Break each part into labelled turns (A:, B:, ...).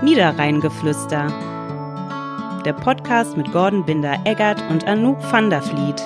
A: Niederrheingeflüster. Der Podcast mit Gordon Binder-Eggert und Anouk van der Vliet.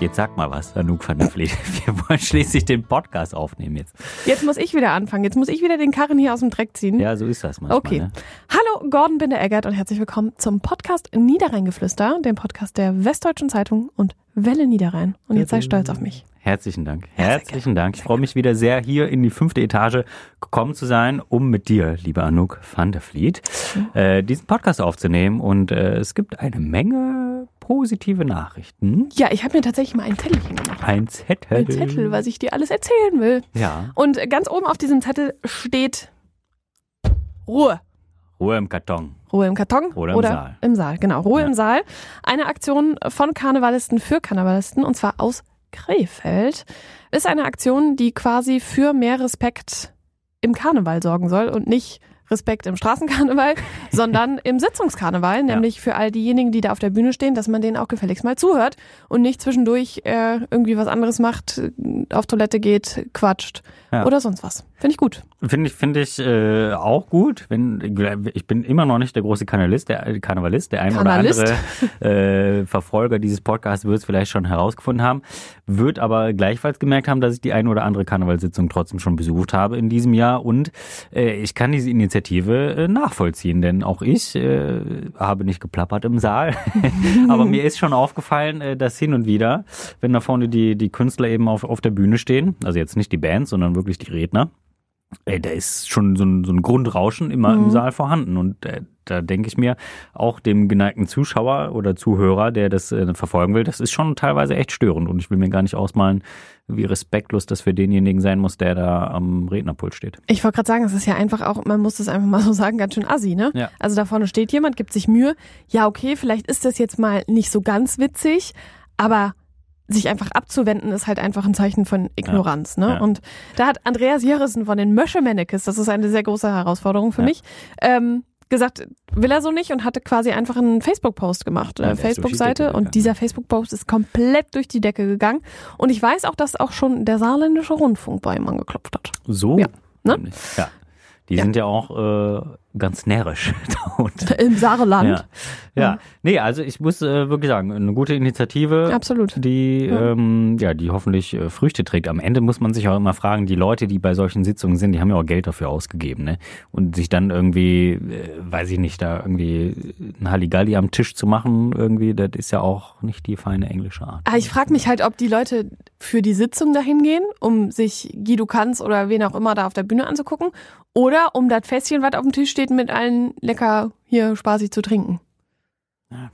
B: Jetzt sag mal was, Anouk van der Vliet. Wir wollen schließlich den Podcast aufnehmen jetzt.
C: Jetzt muss ich wieder anfangen. Jetzt muss ich wieder den Karren hier aus dem Dreck ziehen.
B: Ja, so ist das manchmal.
C: Okay.
B: Ne?
C: Hallo, Gordon Binder-Eggert und herzlich willkommen zum Podcast Niederrheingeflüster, dem Podcast der Westdeutschen Zeitung und Welle Niederrhein. Und jetzt sei stolz auf mich.
B: Herzlichen Dank. Herzlichen Dank. Ich freue mich wieder sehr, hier in die fünfte Etage gekommen zu sein, um mit dir, liebe Anouk van der Vliet,
C: Mhm.
B: äh, diesen Podcast aufzunehmen. Und äh, es gibt eine Menge positive Nachrichten.
C: Ja, ich habe mir tatsächlich mal ein Zettelchen gemacht.
B: Ein Zettel.
C: Ein Zettel, was ich dir alles erzählen will.
B: Ja,
C: Und ganz oben auf diesem Zettel steht Ruhe.
B: Ruhe im Karton.
C: Ruhe im Karton
B: Oder im Saal.
C: im Saal. Genau, Ruhe
B: Ja.
C: im Saal. Eine Aktion von Karnevalisten für Karnevalisten und zwar aus Krefeld. Ist eine Aktion, die quasi für mehr Respekt im Karneval sorgen soll und nicht Respekt im Straßenkarneval, sondern im Sitzungskarneval, nämlich für all diejenigen, die da auf der Bühne stehen, dass man denen auch gefälligst mal zuhört und nicht zwischendurch äh, irgendwie was anderes macht, auf Toilette geht, quatscht
B: Ja.
C: oder sonst was. Finde ich gut.
B: Finde ich, finde ich äh, auch gut. Wenn, ich bin immer noch nicht der große Kanalist, der Karnevalist, der ein
C: Kanalist.
B: oder andere äh, Verfolger dieses Podcasts wird es vielleicht schon herausgefunden haben, wird aber gleichfalls gemerkt haben, dass ich die ein oder andere Karnevalssitzung trotzdem schon besucht habe in diesem Jahr und äh, ich kann diese Initiative äh, nachvollziehen, denn auch ich äh, habe nicht geplappert im Saal, aber mir ist schon aufgefallen, äh, dass hin und wieder, wenn da vorne die, die Künstler eben auf, auf der Bühne stehen, also jetzt nicht die Bands, sondern wirklich die Redner, Ey, da ist schon so ein, so ein Grundrauschen immer
C: Mhm.
B: im Saal vorhanden. Und äh, da denke ich mir, auch dem geneigten Zuschauer oder Zuhörer, der das äh, verfolgen will, das ist schon teilweise echt störend. Und ich will mir gar nicht ausmalen, wie respektlos das für denjenigen sein muss, der da am Rednerpult steht.
C: Ich wollte gerade sagen, es ist ja einfach auch, man muss das einfach mal so sagen, ganz schön assi, ne?
B: Ja.
C: Also da vorne steht jemand, gibt sich Mühe. Ja, okay, vielleicht ist das jetzt mal nicht so ganz witzig, aber sich einfach abzuwenden ist halt einfach ein Zeichen von Ignoranz, ne?
B: Ja.
C: Und da hat Andreas Jerissen von den Mösche Mannekes, das ist eine sehr große Herausforderung für
B: Ja.
C: mich, ähm, gesagt, will er so nicht und hatte quasi einfach einen Facebook-Post gemacht,
B: Ja, der
C: äh,
B: ist durch die Decke
C: Facebook-Seite
B: gegangen.
C: und dieser Facebook-Post ist komplett durch die Decke gegangen und ich weiß auch, dass auch schon der saarländische Rundfunk bei ihm angeklopft hat.
B: So?
C: Ja, ne?
B: nämlich. ja. Die
C: Ja.
B: sind ja auch äh, ganz närrisch da unten.
C: Im Saarland.
B: Ja.
C: Mhm.
B: ja, nee, also ich muss äh, wirklich sagen, eine gute Initiative.
C: Absolut.
B: Die,
C: Ja.
B: Ähm, ja, die hoffentlich äh, Früchte trägt. Am Ende muss man sich auch immer fragen, die Leute, die bei solchen Sitzungen sind, die haben ja auch Geld dafür ausgegeben, ne? Und sich dann irgendwie, äh, weiß ich nicht, da irgendwie ein Halligalli am Tisch zu machen, irgendwie, das ist ja auch nicht die feine englische Art.
C: Ah, Ich frage mich halt, ob die Leute für die Sitzung dahin gehen, um sich Guido Kanz oder wen auch immer da auf der Bühne anzugucken, oder um das Fässchen, was auf dem Tisch steht, mit allen lecker hier spaßig zu trinken.
B: Weiß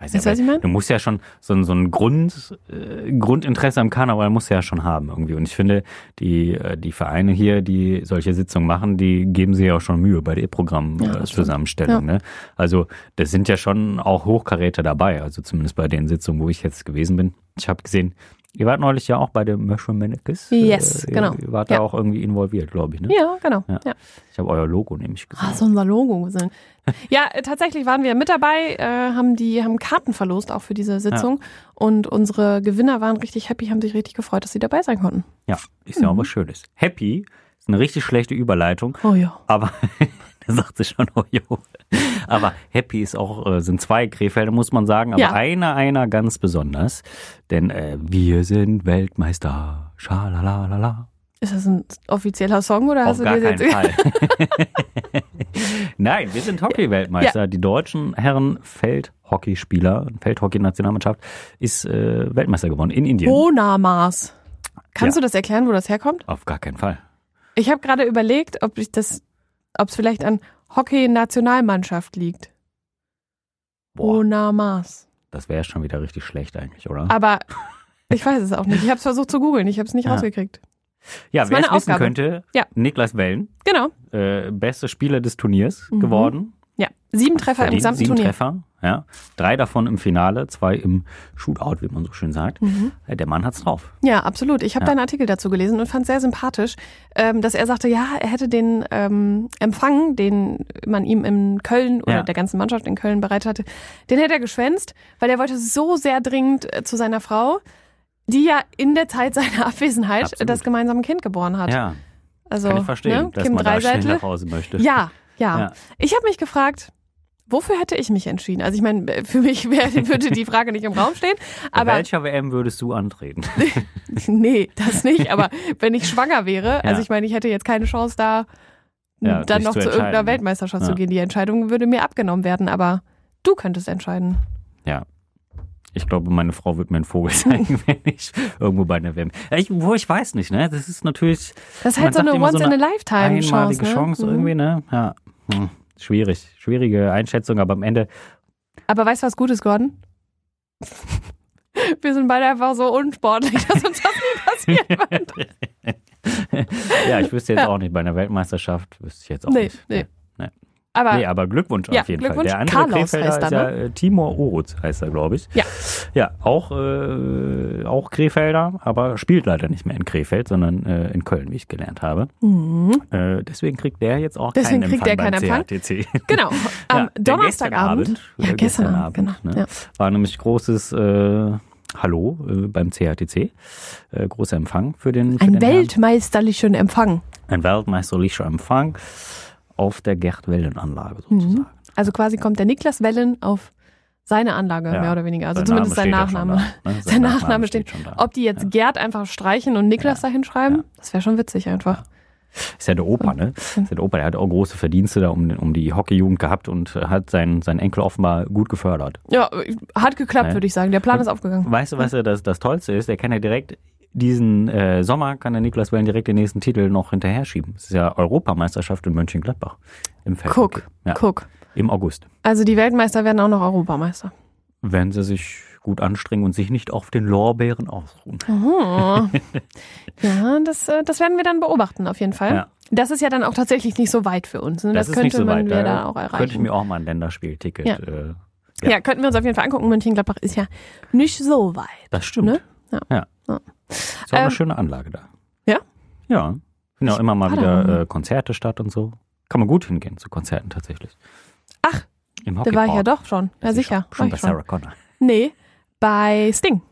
C: Weißt du, was ich meine?
B: Du musst ja schon so ein, so ein Grund, äh, Grundinteresse am Karneval musst du ja schon haben irgendwie. Und ich finde, die, äh, die Vereine hier, die solche Sitzungen machen, die geben sich ja auch schon Mühe bei der
C: Ja, das
B: Programmzusammenstellung. ne? Also das sind ja schon auch Hochkaräter dabei, also zumindest bei den Sitzungen, wo ich jetzt gewesen bin. Ich habe gesehen, ihr wart neulich ja auch bei dem Mushroom Mannequins.
C: Yes, genau.
B: Ihr wart da
C: Ja.
B: auch irgendwie involviert, glaube ich. Ne?
C: Ja, genau.
B: Ja.
C: Ja.
B: Ich habe euer Logo nämlich gesehen.
C: Ah, so unser Logo gesehen. Ja, äh, tatsächlich waren wir mit dabei, äh, haben die haben Karten verlost auch für diese Sitzung und unsere Gewinner waren richtig happy, haben sich richtig gefreut, dass sie dabei sein konnten.
B: Ja, ist
C: Mhm.
B: ja auch was Schönes. Happy ist eine richtig schlechte Überleitung.
C: Oh ja.
B: Aber da sagt sie schon, oh jo. Aber Happy ist auch, äh, sind zwei Krefelder, muss man sagen. Aber
C: Ja.
B: einer, einer ganz besonders. Denn äh, wir sind Weltmeister. Schalalala.
C: Ist das ein offizieller Song oder hast
B: Auf
C: du
B: gar
C: dir
B: keinen
C: jetzt
B: Fall. Nein, wir sind Hockey-Weltmeister. Die deutschen Herren Feldhockeyspieler, Feldhockey-Nationalmannschaft, ist äh, Weltmeister geworden in Indien.
C: Oh. Bonamas. Kannst
B: Ja.
C: du das erklären, wo das herkommt?
B: Auf gar keinen Fall.
C: Ich habe gerade überlegt, ob ich das, ob es vielleicht an Hockey-Nationalmannschaft liegt.
B: Boah,
C: Oh. Bonamas.
B: das wäre schon wieder richtig schlecht eigentlich, oder?
C: Aber ich weiß es auch nicht. Ich habe es versucht zu googeln, ich habe es nicht
B: Ja.
C: rausgekriegt.
B: ja,
C: ist
B: wer es
C: meine
B: wissen
C: Aufgabe.
B: könnte,
C: Ja.
B: Niklas Wellen,
C: Genau.
B: äh, beste Spieler des Turniers
C: Mhm.
B: geworden.
C: Ja. Sieben Treffer im
B: Verdient
C: gesamten
B: sieben
C: Turnier.
B: Treffer, ja. Drei davon im Finale, zwei im Shootout, wie man so schön sagt.
C: Mhm.
B: Äh, Der Mann hat's drauf.
C: Ja, absolut. Ich habe
B: Ja.
C: deinen Artikel dazu gelesen und fand sehr sympathisch, ähm, dass er sagte, ja, er hätte den ähm, Empfang, den man ihm in Köln oder
B: Ja.
C: der ganzen Mannschaft in Köln bereitet hatte, den hätte er geschwänzt, weil er wollte so sehr dringend äh, zu seiner Frau, die ja in der Zeit seiner Abwesenheit
B: Absolut.
C: das gemeinsame Kind geboren hat.
B: Ja.
C: Also,
B: Kann ich verstehen,
C: ne?
B: dass
C: Kim
B: man da schnell
C: Dreiseitel.
B: nach Hause möchte.
C: Ja, ja,
B: Ja.
C: Ich habe mich gefragt, wofür hätte ich mich entschieden? Also ich meine, für mich wär, würde die Frage nicht im Raum stehen,
B: Bei
C: aber
B: welcher WM würdest du antreten?
C: nee, das nicht. Aber wenn ich schwanger wäre, also
B: Ja.
C: ich meine, ich hätte jetzt keine Chance da
B: Ja,
C: dann
B: sich
C: noch
B: zu
C: zu, irgendeiner
B: entscheiden.
C: Weltmeisterschaft zu
B: Ja.
C: gehen. Die Entscheidung würde mir abgenommen werden, aber du könntest entscheiden.
B: Ich glaube, meine Frau wird mir ein Vogel zeigen, wenn ich irgendwo bei einer WM. Ja, Ich, wo ich weiß nicht, ne? Das ist natürlich
C: Das ist halt
B: Man
C: so
B: sagt
C: eine
B: immer so eine
C: Once-in-a-Lifetime-Chance.
B: einmalige
C: ne?
B: Chance
C: Mhm.
B: irgendwie, ne? Ja. Hm. Schwierig. Schwierige Einschätzung, aber am Ende
C: Aber weißt du, was Gutes, Gordon? Wir sind beide einfach so unsportlich, dass uns das nie passiert.
B: Ja, ich wüsste jetzt auch nicht, bei einer Weltmeisterschaft wüsste ich jetzt auch
C: Nee,
B: nicht.
C: nee.
B: Nee.
C: Aber
B: nee, aber Glückwunsch
C: Ja,
B: auf jeden
C: Glückwunsch.
B: Fall. Der andere
C: Carlos
B: Krefelder
C: heißt er, ne?
B: ist ja äh, Timur Uruz heißt er, glaube ich.
C: Ja.
B: Ja, auch, äh, auch Krefelder, aber spielt leider nicht mehr in Krefeld, sondern äh, in Köln, wie ich gelernt habe.
C: Mhm.
B: Äh, deswegen kriegt der jetzt auch
C: Deswegen
B: keinen
C: kriegt der
B: Empfang
C: keinen
B: beim
C: Empfang.
B: CHTC.
C: genau, am
B: Ja, der
C: Donnerstagabend.
B: gestern Abend,
C: Ja,
B: äh,
C: gestern
B: gestern
C: Abend,
B: Abend,
C: genau.
B: ne?
C: Ja.
B: War nämlich großes äh, Hallo äh, beim CHTC. Äh, großer Empfang für den für
C: Ein
B: den Herrn.
C: weltmeisterlichen Empfang.
B: ein weltmeisterlicher Empfang auf der Gerd-Wellen-Anlage sozusagen.
C: Mhm. Also quasi kommt der Niklas Wellen auf seine Anlage,
B: Ja.
C: mehr oder weniger. Also
B: Sein
C: zumindest
B: Name
C: sein
B: steht ja schon
C: Nachname.
B: da, ne?
C: Sein Nachname steht.
B: schon da.
C: Ob die jetzt Gerd einfach streichen und Niklas da hinschreiben, das wäre schon witzig einfach.
B: Ist ja der Opa, ne? Ist ja der Opa, der hat auch große Verdienste da um, um die Hockeyjugend gehabt und äh, hat seinen, seinen Enkel offenbar gut gefördert.
C: Ja, äh, hat geklappt,
B: Ja.
C: würde ich sagen. Der Plan ist aufgegangen.
B: Weißt du, was ja das, das Tollste ist? Der kann ja direkt diesen äh, Sommer, kann der Niklas Wellen direkt den nächsten Titel noch hinterher schieben. Es ist ja Europameisterschaft in Mönchengladbach im Feld.
C: Guck,
B: ja,
C: guck.
B: Im August.
C: Also die Weltmeister werden auch noch Europameister.
B: Wenn sie sich gut anstrengen und sich nicht auf den Lorbeeren ausruhen.
C: Mhm. ja, das, äh, das werden wir dann beobachten auf jeden Fall.
B: Ja.
C: Das ist ja dann auch tatsächlich nicht so weit für uns. Ne? Das, könnte man
B: äh,
C: ja da auch erreichen.
B: Könnte ich mir auch mal ein Länderspielticket.
C: Ja.
B: Äh,
C: ja. könnten wir uns auf jeden Fall angucken. Mönchengladbach ist ja nicht so weit.
B: das stimmt.
C: Ne? Ja.
B: Ja.
C: Ja.
B: Ist auch
C: Ähm,
B: eine schöne Anlage da.
C: Ja?
B: Ja. Finden auch immer mal
C: war da noch nie.
B: wieder äh, Konzerte statt und so. Kann man gut hingehen zu Konzerten tatsächlich.
C: Ach,
B: Im
C: da
B: Hockey
C: war ich ja doch schon. Ja, sicher.
B: Schon, schon bei
C: war ich
B: Sarah Connor.
C: Nee, bei Sting.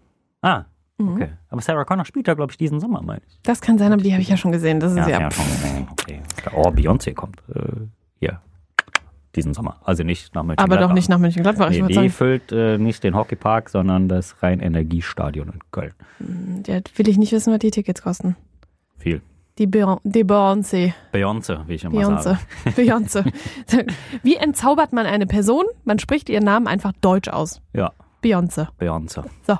B: Ah,
C: Mhm.
B: okay. Aber Sarah Connor spielt da, glaube ich, diesen Sommer, meine ich.
C: Das kann sein, aber die habe ich ja schon gesehen. Das ist ja,
B: schon gesehen. Okay. Oh, Beyoncé kommt. Äh, hier. Diesen Sommer. Also nicht nach
C: aber
B: Mönchengladbach.
C: doch nicht nach Mönchengladbach. ich
B: Nee,
C: würde
B: die
C: sagen,
B: füllt äh, nicht den Hockeypark, sondern das Rhein-Energiestadion in Köln.
C: ja, will ich nicht wissen, was die Tickets kosten.
B: Viel.
C: Die Beyon- die Beyoncé.
B: Beyoncé, wie ich immer
C: Beyoncé.
B: sage.
C: Beyoncé. Wie entzaubert man eine Person? Man spricht ihren Namen einfach deutsch aus.
B: Ja,
C: Beyoncé.
B: Beyoncé.
C: So,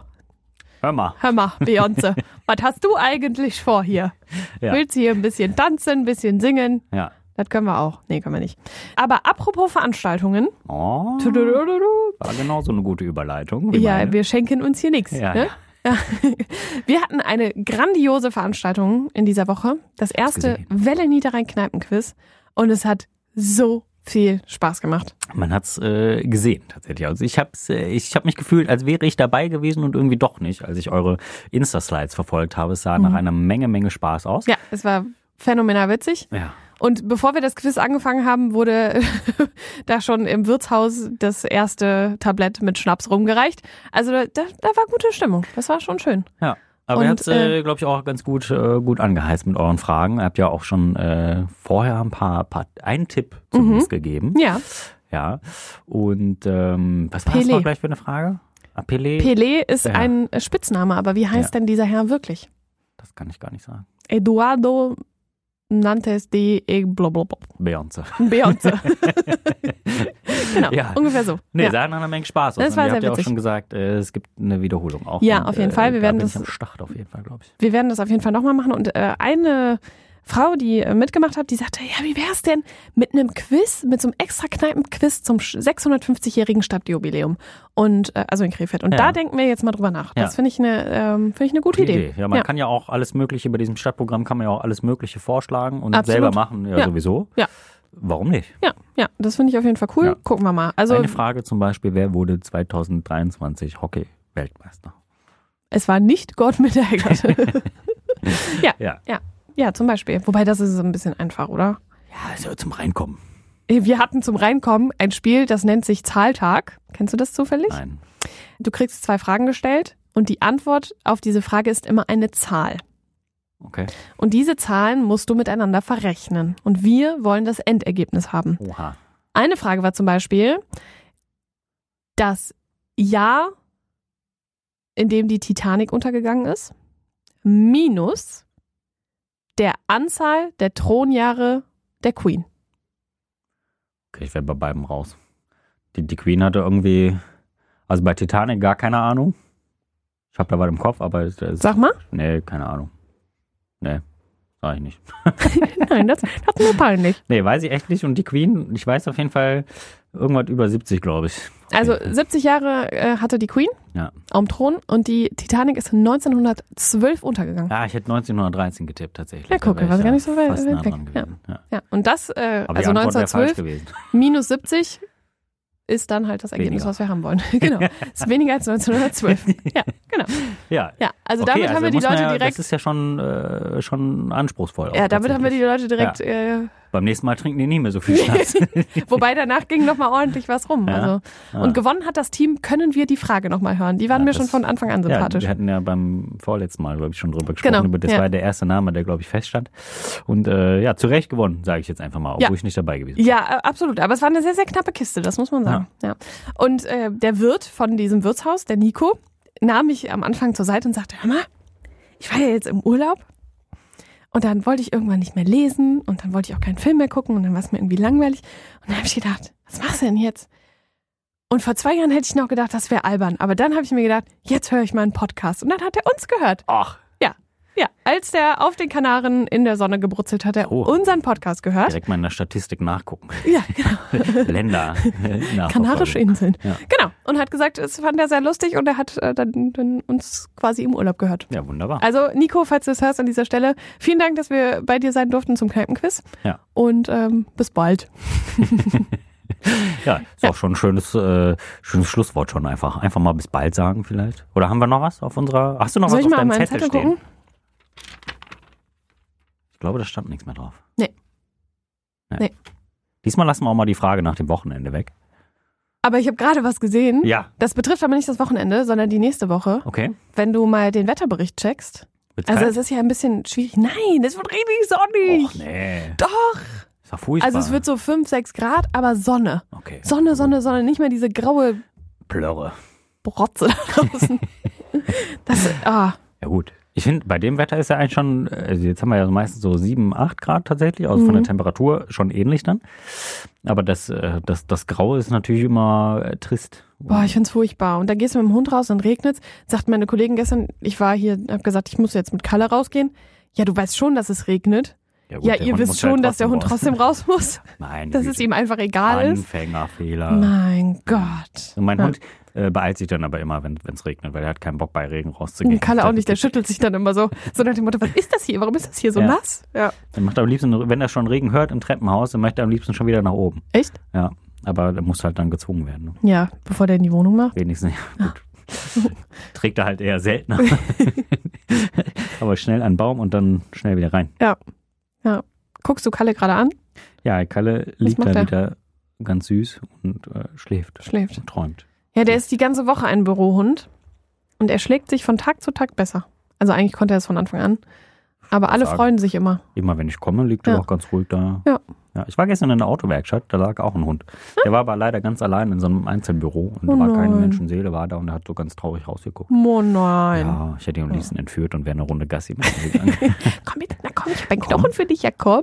B: Hör mal.
C: hör mal, Beyoncé. was hast du eigentlich vor hier?
B: Ja.
C: Willst du hier ein bisschen tanzen, ein bisschen singen?
B: Ja.
C: Das können wir auch. Nee, können wir nicht. Aber apropos Veranstaltungen.
B: Oh, war genau so eine gute Überleitung. Wie
C: Ja,
B: meine.
C: wir schenken uns hier nichts.
B: Ja,
C: ne?
B: ja.
C: Ja. Wir hatten eine grandiose Veranstaltung in dieser Woche. Das erste
B: gesehen.
C: Welle Niederrhein-Kneipen-Quiz. Und es hat so viel Spaß gemacht.
B: Man hat's äh, gesehen tatsächlich. Also ich hab's, äh, ich habe mich gefühlt, als wäre ich dabei gewesen und irgendwie doch nicht, als ich eure Insta-Slides verfolgt habe. Es sah
C: Mhm.
B: nach einer Menge, Menge Spaß aus.
C: Ja, es war phänomenal witzig.
B: ja.
C: Und bevor wir das Quiz angefangen haben, wurde da schon im Wirtshaus das erste Tablett mit Schnaps rumgereicht. Also da, da da war gute Stimmung. Das war schon schön.
B: Ja, aber
C: Und,
B: ihr habt äh, glaube ich, auch ganz gut, äh, gut angeheizt mit euren Fragen. Ihr habt ja auch schon äh, vorher ein paar, paar einen Tipp
C: Mhm.
B: zumindest gegeben.
C: Ja,
B: Ja. Und ähm, was war das
C: Pelé.
B: noch gleich für eine Frage? Ah, Pelé?
C: Pelé ist
B: Ja.
C: ein Spitzname, aber wie heißt denn dieser Herr wirklich?
B: Das kann ich gar nicht sagen.
C: Eduardo Nantes de e blablabla.
B: Beyoncé.
C: Beyoncé. genau,
B: Ja.
C: ungefähr so.
B: Nee,
C: ja.
B: sah nach einer Menge Spaß aus.
C: Das
B: Und
C: war
B: ihr
C: sehr
B: habt ja auch
C: witzig.
B: schon gesagt, äh, es gibt eine Wiederholung auch.
C: Ja,
B: Und, äh,
C: auf jeden Fall. Wir
B: da
C: werden
B: bin
C: das-
B: ich am Start auf jeden Fall, glaube ich.
C: Wir werden das auf jeden Fall nochmal machen. Und äh, eine Frau, die äh, mitgemacht hat, die sagte, ja, wie wär's denn mit einem Quiz, mit so einem extra Kneipenquiz zum Sch- 650-jährigen Stadtjubiläum. Und, äh, also in Krefeld. Und
B: Ja.
C: da denken wir jetzt mal drüber nach.
B: Ja.
C: Das finde ich, eine, ähm, finde ich eine gute Idee.
B: Ja, man kann ja auch alles Mögliche bei diesem Stadtprogramm kann man ja auch alles Mögliche vorschlagen und
C: Absolut.
B: selber machen. Ja,
C: Ja.
B: sowieso.
C: Ja.
B: Warum nicht?
C: ja, ja, das finde ich auf jeden Fall cool.
B: Ja.
C: Gucken wir mal. Also
B: Eine Frage zum Beispiel, wer wurde 2023 Hockey-Weltmeister?
C: es war nicht Gott mit der Heckert.
B: Ja.
C: ja, zum Beispiel. Wobei das ist so ein bisschen einfach, oder?
B: Ja, ist ja Also zum Reinkommen.
C: Wir hatten zum Reinkommen ein Spiel, das nennt sich Zahltag. Kennst du das zufällig?
B: Nein.
C: Du kriegst zwei Fragen gestellt und die Antwort auf diese Frage ist immer eine Zahl.
B: Okay.
C: Und diese Zahlen musst du miteinander verrechnen. Und wir wollen das Endergebnis haben.
B: Oha.
C: Eine Frage war zum Beispiel das Jahr, in dem die Titanic untergegangen ist, minus der Anzahl der Thronjahre der Queen.
B: Okay, ich wäre bei beiden raus. Die, die Queen hatte irgendwie, also bei Titanic gar keine Ahnung. Ich habe da was im Kopf, aber es ist,
C: Sag mal.
B: nee, keine Ahnung. Nee, sag ich nicht.
C: Nein, das, das ist mir peinlich.
B: Nee, weiß ich echt nicht. Und die Queen, ich weiß auf jeden Fall irgendwas über 70, glaube ich.
C: Also 70 Jahre äh, hatte die Queen
B: Ja.
C: am Thron und die Titanic ist 1912 untergegangen.
B: Ja, ich hätte 1913 getippt tatsächlich.
C: Ja, guck,
B: Da wär
C: war's
B: ich
C: gar nicht so weit-
B: fast
C: weit
B: nah
C: weg.
B: dran gewesen. Ja.
C: Ja, und das, äh,
B: Aber
C: also
B: die Antwort wäre falsch
C: 1912
B: gewesen.
C: minus 70 ist dann halt das Ergebnis,
B: Weniger.
C: was wir haben wollen. genau. Ist weniger als 1912. Ja, genau.
B: Ja.
C: Ja, also
B: okay,
C: damit haben wir die
B: muss man
C: Leute
B: ja,
C: direkt.
B: Das ist ja schon, äh, schon anspruchsvoll. auch
C: Ja, damit haben wir die Leute direkt. Äh,
B: tatsächlich. Beim nächsten Mal trinken die nicht mehr so viel Schnaps.
C: wobei danach ging nochmal ordentlich was rum.
B: Ja,
C: Also.
B: ja.
C: Und gewonnen hat das Team, können wir die Frage nochmal hören. Die waren
B: Ja,
C: mir schon
B: das-
C: von Anfang an sympathisch.
B: Ja, wir hatten ja beim vorletzten Mal, glaube ich, schon drüber gesprochen.
C: Genau,
B: Über, das
C: ja.
B: war der erste Name, der, glaube ich, feststand. Und äh, ja, zu Recht gewonnen, sage ich jetzt einfach mal, obwohl
C: Ja.
B: ich nicht dabei gewesen bin.
C: Ja, äh, absolut. Aber es war eine sehr, sehr knappe Kiste, das muss man sagen. Ja. Und äh, der Wirt von diesem Wirtshaus, der Nico, nahm mich am Anfang zur Seite und sagte, hör mal, ich war ja jetzt im Urlaub und dann wollte ich irgendwann nicht mehr lesen und dann wollte ich auch keinen Film mehr gucken und dann war es mir irgendwie langweilig. Und dann habe ich gedacht, was machst du denn jetzt? Und vor zwei Jahren hätte ich noch gedacht, das wäre albern. Aber dann habe ich mir gedacht, jetzt höre ich mal einen Podcast. Und dann hat er uns gehört.
B: Ach,
C: Ja, als der auf den Kanaren in der Sonne gebrutzelt hat, hat er
B: Oh.
C: unseren Podcast gehört.
B: direkt mal in der Statistik nachgucken.
C: Ja, genau.
B: Länder.
C: Kanarische
B: Inseln.
C: Inseln.
B: Ja.
C: Genau. Und hat gesagt, es fand er sehr lustig und er hat äh, dann, dann uns quasi im Urlaub gehört.
B: Ja, wunderbar.
C: Also Nico, falls du es hörst an dieser Stelle, vielen Dank, dass wir bei dir sein durften zum Kneipenquiz.
B: Ja.
C: Und ähm, bis bald.
B: Ja, ist auch schon ein schönes, äh, schönes Schlusswort schon einfach. Einfach mal bis bald sagen vielleicht. Oder haben wir noch was auf unserer, hast du noch
C: Soll
B: was
C: ich
B: auf
C: mal an
B: deinem
C: meinen
B: Zettel,
C: Zettel
B: stehen?
C: gucken?
B: Ich glaube, da stand nichts mehr drauf.
C: Nee. Nee.
B: Diesmal lassen wir auch mal die Frage nach dem Wochenende weg.
C: Aber ich habe gerade was gesehen.
B: Ja.
C: Das betrifft aber nicht das Wochenende, sondern die nächste Woche,
B: Okay.
C: wenn du mal den Wetterbericht checkst.
B: Wird's
C: Also
B: kalt?
C: es ist ja ein bisschen schwierig. Nein, es wird richtig sonnig.
B: Och, nee.
C: Doch.
B: Ist doch furchtbar.
C: Also es wird so 5, 6 Grad, aber Sonne.
B: Okay.
C: Sonne, Sonne, Sonne. Nicht mehr diese graue
B: Plörre.
C: Brotze da draußen. Das, ah,
B: Ja, gut. Ich finde, bei dem Wetter ist ja eigentlich schon, also jetzt haben wir ja meistens so 7, 8 Grad tatsächlich, also
C: Mhm.
B: von der Temperatur schon ähnlich dann. Aber das, äh, das, das Graue ist natürlich immer äh, trist.
C: boah, ich find's furchtbar. Und dann gehst du mit dem Hund raus, dann regnet's. Sagt meine Kollegin gestern, ich war hier, hab gesagt, ich muss jetzt mit Kalle rausgehen. Ja, du weißt schon, dass es regnet.
B: gut,
C: ja,
B: der
C: ihr
B: Hund
C: wisst
B: muss halt ja
C: schon, dass der Hund trotzdem raus muss.
B: Nein,
C: Dass es ihm einfach egal ist.
B: Anfängerfehler.
C: Mein Gott.
B: Und mein
C: Ja.
B: Hund äh, beeilt sich dann aber immer, wenn es regnet, weil er hat keinen Bock bei Regen rauszugehen.
C: Und Kalle auch nicht, der schüttelt sich dann immer so, so nach dem Motto, was ist das hier? Warum ist das hier so
B: Ja.
C: nass? Ja.
B: Dann macht er am liebsten, wenn er schon Regen hört im Treppenhaus, dann möchte er am liebsten schon wieder nach oben.
C: Echt?
B: Ja, aber er muss halt dann gezwungen werden. Ne?
C: Ja, bevor der in die Wohnung macht.
B: Wenigstens,
C: Ah.
B: ja, gut. Trägt er halt eher seltener. aber schnell an den Baum und dann schnell wieder rein.
C: Guckst du Kalle gerade an?
B: Ja, Kalle liegt
C: macht
B: da
C: er?
B: wieder ganz süß und äh, schläft
C: Schläft.
B: und träumt.
C: Ja, der ist die ganze Woche ein Bürohund und er schlägt sich von Tag zu Tag besser. Also eigentlich konnte er es von Anfang an. Aber alle
B: Sagen.
C: freuen sich immer.
B: Immer wenn ich komme, liegt er
C: Ja.
B: auch ganz ruhig da.
C: Ja. Hm.
B: ja. Ich war gestern in der Autowerkstatt, da lag auch ein Hund. Der war aber leider ganz allein in so einem Einzelbüro und da
C: Oh
B: war keine
C: nein.
B: Menschenseele war da und er hat so ganz traurig rausgeguckt.
C: Oh nein.
B: Ja, ich hätte ihn am
C: Ja.
B: liebsten entführt und wäre eine Runde Gassi mit ihm gegangen.
C: Komm mit, na komm, ich hab ein
B: Komm.
C: Knochen für dich, ja komm.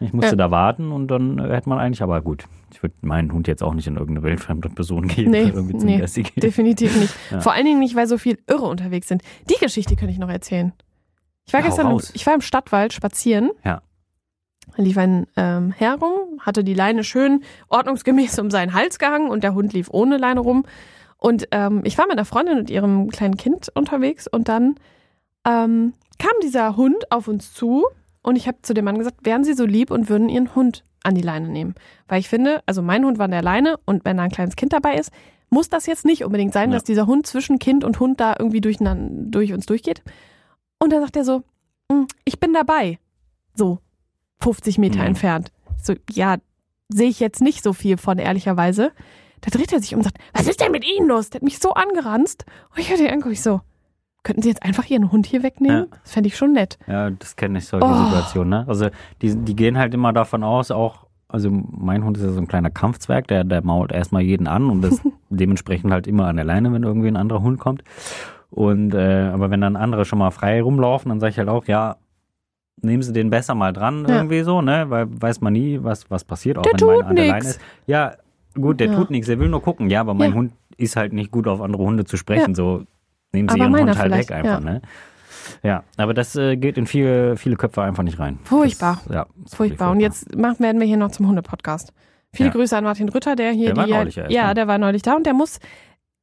B: ich musste da warten und dann äh, hätte man eigentlich, aber gut, ich würde meinen Hund jetzt auch nicht in irgendeine wildfremde Person geben
C: Nee,
B: oder irgendwie zum
C: nee,
B: Gassi gehen.
C: Definitiv nicht.
B: Ja.
C: Vor allen Dingen nicht, weil so viel Irre unterwegs sind. Die Geschichte könnte ich noch erzählen. Ich war
B: Ja, hau
C: gestern, im,
B: raus.
C: ich war im Stadtwald spazieren.
B: Ja.
C: Da lief ein ähm, Herr rum, hatte die Leine schön ordnungsgemäß um seinen Hals gehangen und der Hund lief ohne Leine rum. Und ähm, ich war mit einer Freundin und ihrem kleinen Kind unterwegs und dann ähm, kam dieser Hund auf uns zu und ich habe zu dem Mann gesagt, wären Sie so lieb und würden Ihren Hund an die Leine nehmen. Weil ich finde, also mein Hund war an der Leine und wenn da ein kleines Kind dabei ist, muss das jetzt nicht unbedingt sein,
B: Ja.
C: dass dieser Hund zwischen Kind und Hund da irgendwie durcheinander, durch uns durchgeht. Und dann sagt er so, "Mm, ich bin dabei. So, 50 Meter
B: Mhm.
C: entfernt. So, ja, sehe ich jetzt nicht so viel von, ehrlicherweise. Da dreht er sich um und sagt, was ist denn mit Ihnen los? Der hat mich so angeranzt. Und ich hatte ihn angeguckt, ich so, Könnten Sie jetzt einfach Ihren Hund hier wegnehmen? Das fände ich schon nett.
B: Ja, das kenne ich solche
C: Oh.
B: Situationen. Ne? Also die, die gehen halt immer davon aus, auch, also mein Hund ist ja so ein kleiner Kampfzwerg, der, der mault erstmal jeden an und ist dementsprechend halt immer an der Leine, wenn irgendwie ein anderer Hund kommt. Und äh, aber wenn dann andere schon mal frei rumlaufen, dann sage ich halt auch, ja, nehmen Sie den besser mal dran
C: Ja.
B: irgendwie so, ne? Weil weiß man nie, was, was passiert, auch
C: Der
B: wenn
C: tut
B: man an der Leine
C: nix.
B: ist. Ja, gut, der
C: Ja.
B: tut nichts, der will nur gucken, ja, aber mein
C: Ja.
B: Hund ist halt nicht gut auf andere Hunde zu sprechen, so nehmen Sie
C: Aber
B: Ihren
C: meiner
B: Hund halt
C: vielleicht,
B: weg einfach,
C: ja.
B: ne? Ja, aber das äh, geht in viele, viele Köpfe einfach nicht rein.
C: Furchtbar.
B: Das, ja, ist wirklich
C: Furchtbar. Und jetzt machen, werden wir hier noch zum Hunde-Podcast. Viele
B: Ja.
C: Grüße an Martin Rütter, der hier
B: Der war
C: die.
B: neulich erst,
C: ja,
B: ne?
C: der war neulich da und der muss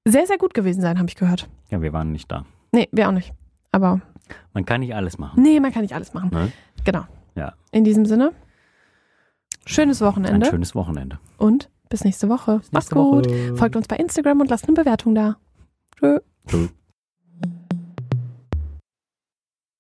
C: sehr, sehr gut gewesen sein, habe ich gehört.
B: Ja, wir waren nicht da.
C: Nee, wir auch nicht. Aber
B: Man kann nicht alles machen.
C: nee, man kann nicht alles machen.
B: Ne?
C: Genau.
B: Ja.
C: In diesem Sinne, schönes
B: Ein
C: Wochenende
B: schönes Wochenende.
C: und bis nächste Woche.
B: Bis
C: Macht's
B: nächste
C: gut.
B: Woche.
C: Folgt uns bei Instagram und lasst eine Bewertung da.